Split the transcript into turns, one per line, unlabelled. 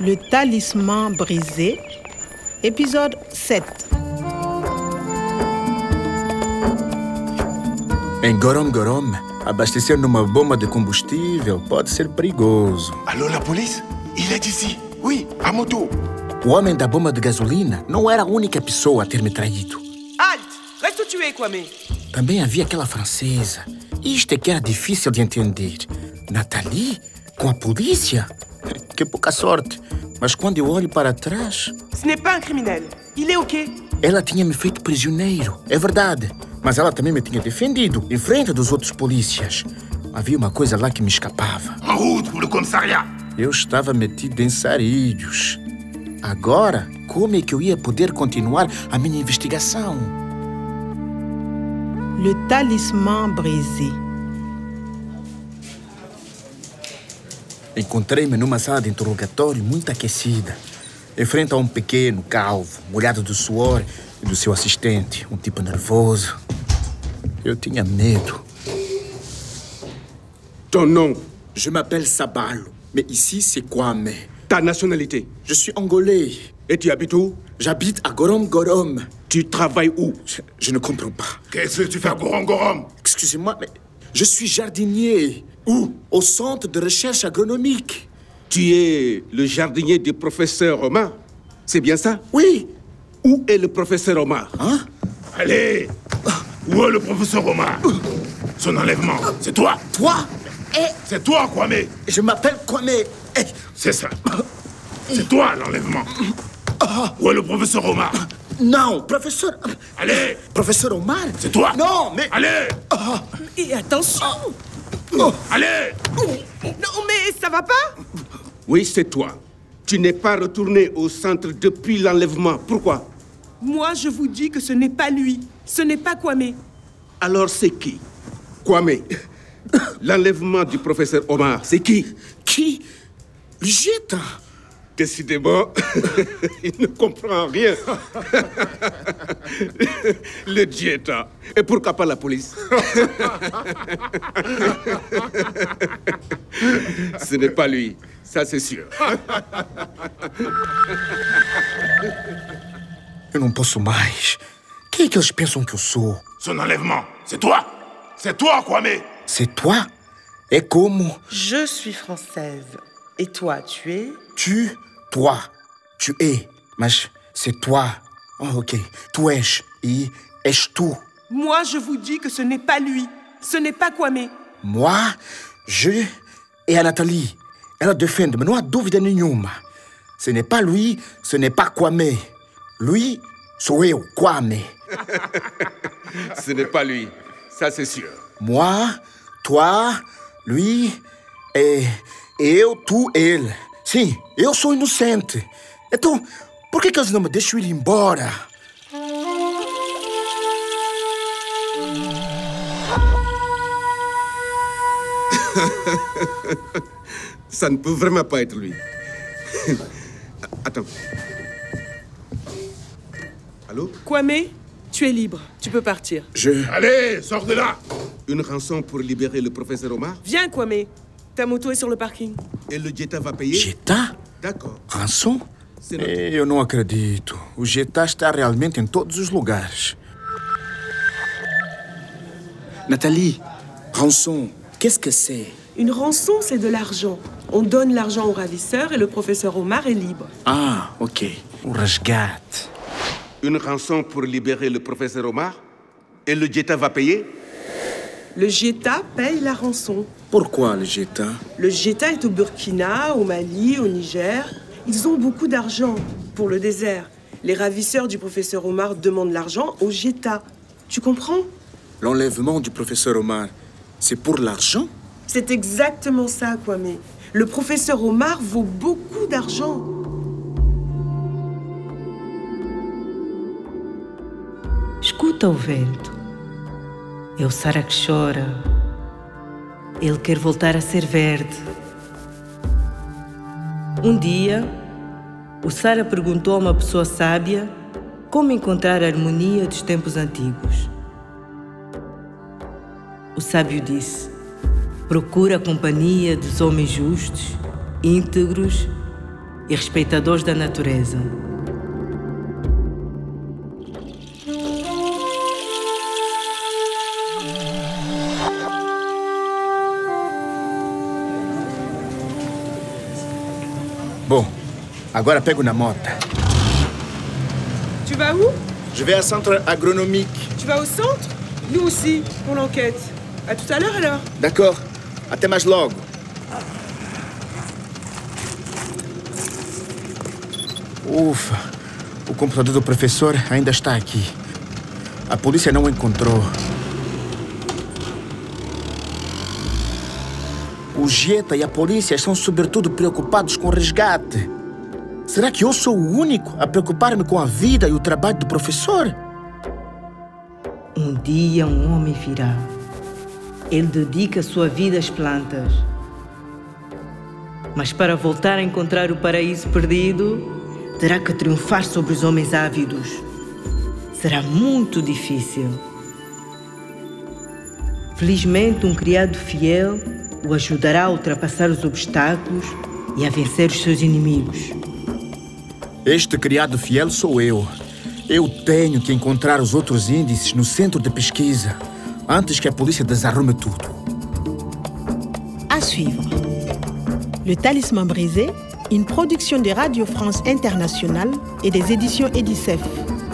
Le talisman brisé, épisode 7.
Em Gorom-Gorom, abastecer numa bomba de combustível pode ser perigoso.
Allô, la police Il est ici Oui, à moto
O homem da bomba de gasolina não era a única pessoa a ter me traído.
Halte Reste où tu es, Kwame.
Também havia aquela francesa. Isto é que era difícil de entender. Nathalie? Com a polícia? Que pouca sorte. Mas quando eu olho para trás,
Ce n'est pas un criminel. Il est OK.
ela tinha me feito prisioneiro. É verdade. Mas ela também me tinha defendido, em frente dos outros polícias. Havia uma coisa lá que me escapava.
En route pour le commissariat
Eu estava metido em sarilhos. Agora, como é que eu ia poder continuar a minha investigação?
Le talisman brisé.
Encontrei-me numa sala de interrogatório muito aquecida, em frente a um pequeno calvo, molhado do suor e do seu assistente, um tipo nervoso. Eu tinha medo.
Ton nom,
Je m'appelle Sabalo, mais ici c'est Kwame.
ta nationalité.
Je suis angolais.
Et tu habites où
J'habite à Gorom Gorom.
Tu travailles où
Je, je ne comprends pas.
Qu'est-ce que tu fais à Gorom
Excusez-moi, mais je suis jardinier. Où Au centre de recherche agronomique.
Tu es le jardinier du professeur Omar. C'est bien ça
Oui.
Où est le professeur Omar
Hein
Allez Où est le professeur Omar Son enlèvement, c'est toi
Toi
C'est toi, Kwame
Je m'appelle Kwame. Eh,
C'est ça C'est toi, l'enlèvement Où est le professeur Omar
non, professeur.
Allez
Professeur Omar
C'est toi
Non, mais.
Allez
Et attention
Allez
Non, mais ça va pas
Oui, c'est toi. Tu n'es pas retourné au centre depuis l'enlèvement. Pourquoi
Moi, je vous dis que ce n'est pas lui. Ce n'est pas Kwame.
Alors c'est qui Kwame. L'enlèvement du professeur Omar, c'est qui
Qui Jeta
Décidément, il ne comprend rien. le dieta. Et pourquoi pas la police Ce n'est pas lui, ça c'est sûr.
Eu não posso mais. Quem é que eles pensam que eu sou
Son enlèvement, c'est toi C'est toi, Kwame
C'est toi É como
Je suis française. Et toi, tu es
tu, toi, tu es. Mas c'est toi. Ah, ok. Tu és e és tu.
Moi, je vous dis que ce n'est pas lui. Ce n'est pas Kwame.
Moi, je et a Nathalie. Ela defende, mas não há dúvida nenhuma. Ce n'est pas lui, ce n'est pas Kwame. Lui, sou eu, Kwame.
Ce n'est pas lui, ça c'est sûr.
Moi, toi, lui e eu, tu, ele. Sim, eu sou inocente. Então, por que, que eles não me deixam ir embora?
Ça ne peut vraiment pas être lui. Attends. Allô
Kwame, tu es libre. Tu peux partir.
Je.
Allez, sors de là
Une rançon pour libérer le professeur Omar
Viens, Kwame. Ta moto est sur le parking.
et le dieta va payer
Getá?
D'accord.
Ransom?
C'est noté.
Eh, Eu não acredito. O Getá está realmente em todos os lugares. Nathalie, Ransom, qu'est-ce que c'est?
Une rançon, c'est de l'argent. On donne l'argent au ravisseur et le professeur Omar est libre.
Ah, ok. O resgate.
Une rançon pour libérer le professeur Omar Et le dieta va payer
Le Geta paye la rançon.
Pourquoi le Getá?
Le Geta est au Burkina, au Mali, au Niger. Ils ont beaucoup d'argent pour le désert. Les ravisseurs du professeur Omar demandent l'argent au Geta. Tu comprends
L'enlèvement du professeur Omar, c'est pour l'argent?
C'est exactement ça, Kwame. Le professeur Omar vaut beaucoup d'argent.
Escuta o vento. É o Sara que chora. Ele quer voltar a ser verde. Um dia, o Sara perguntou a uma pessoa sábia como encontrar a harmonia dos tempos antigos. O sábio disse: Procura a companhia dos homens justos, íntegros e respeitadores da natureza.
Bom, agora pego na moto.
Tu vas où
Je vais à centre agronomique.
Tu vas au centre Nous aussi, on l'enquête. À tout à l'heure alors.
D'accord. Até mais logo. Ufa, o computador do professor ainda está aqui. A polícia não o encontrou. O Gieta e a polícia estão sobretudo preocupados com o resgate. Será que eu sou o único a preocupar-me com a vida e o trabalho do professor?
Um dia um homem virá. Ele dedica sua vida às plantas. Mas para voltar a encontrar o paraíso perdido, terá que triunfar sobre os homens ávidos. Será muito difícil. Felizmente, um criado fiel o ajudará a ultrapassar os obstáculos e a vencer os seus inimigos.
Este criado fiel sou eu. Eu tenho que encontrar os outros índices no centro de pesquisa antes que a polícia desarrume tudo.
À suivre. Le Talisman brisé, une production de Radio France Internationale et des éditions Edicef.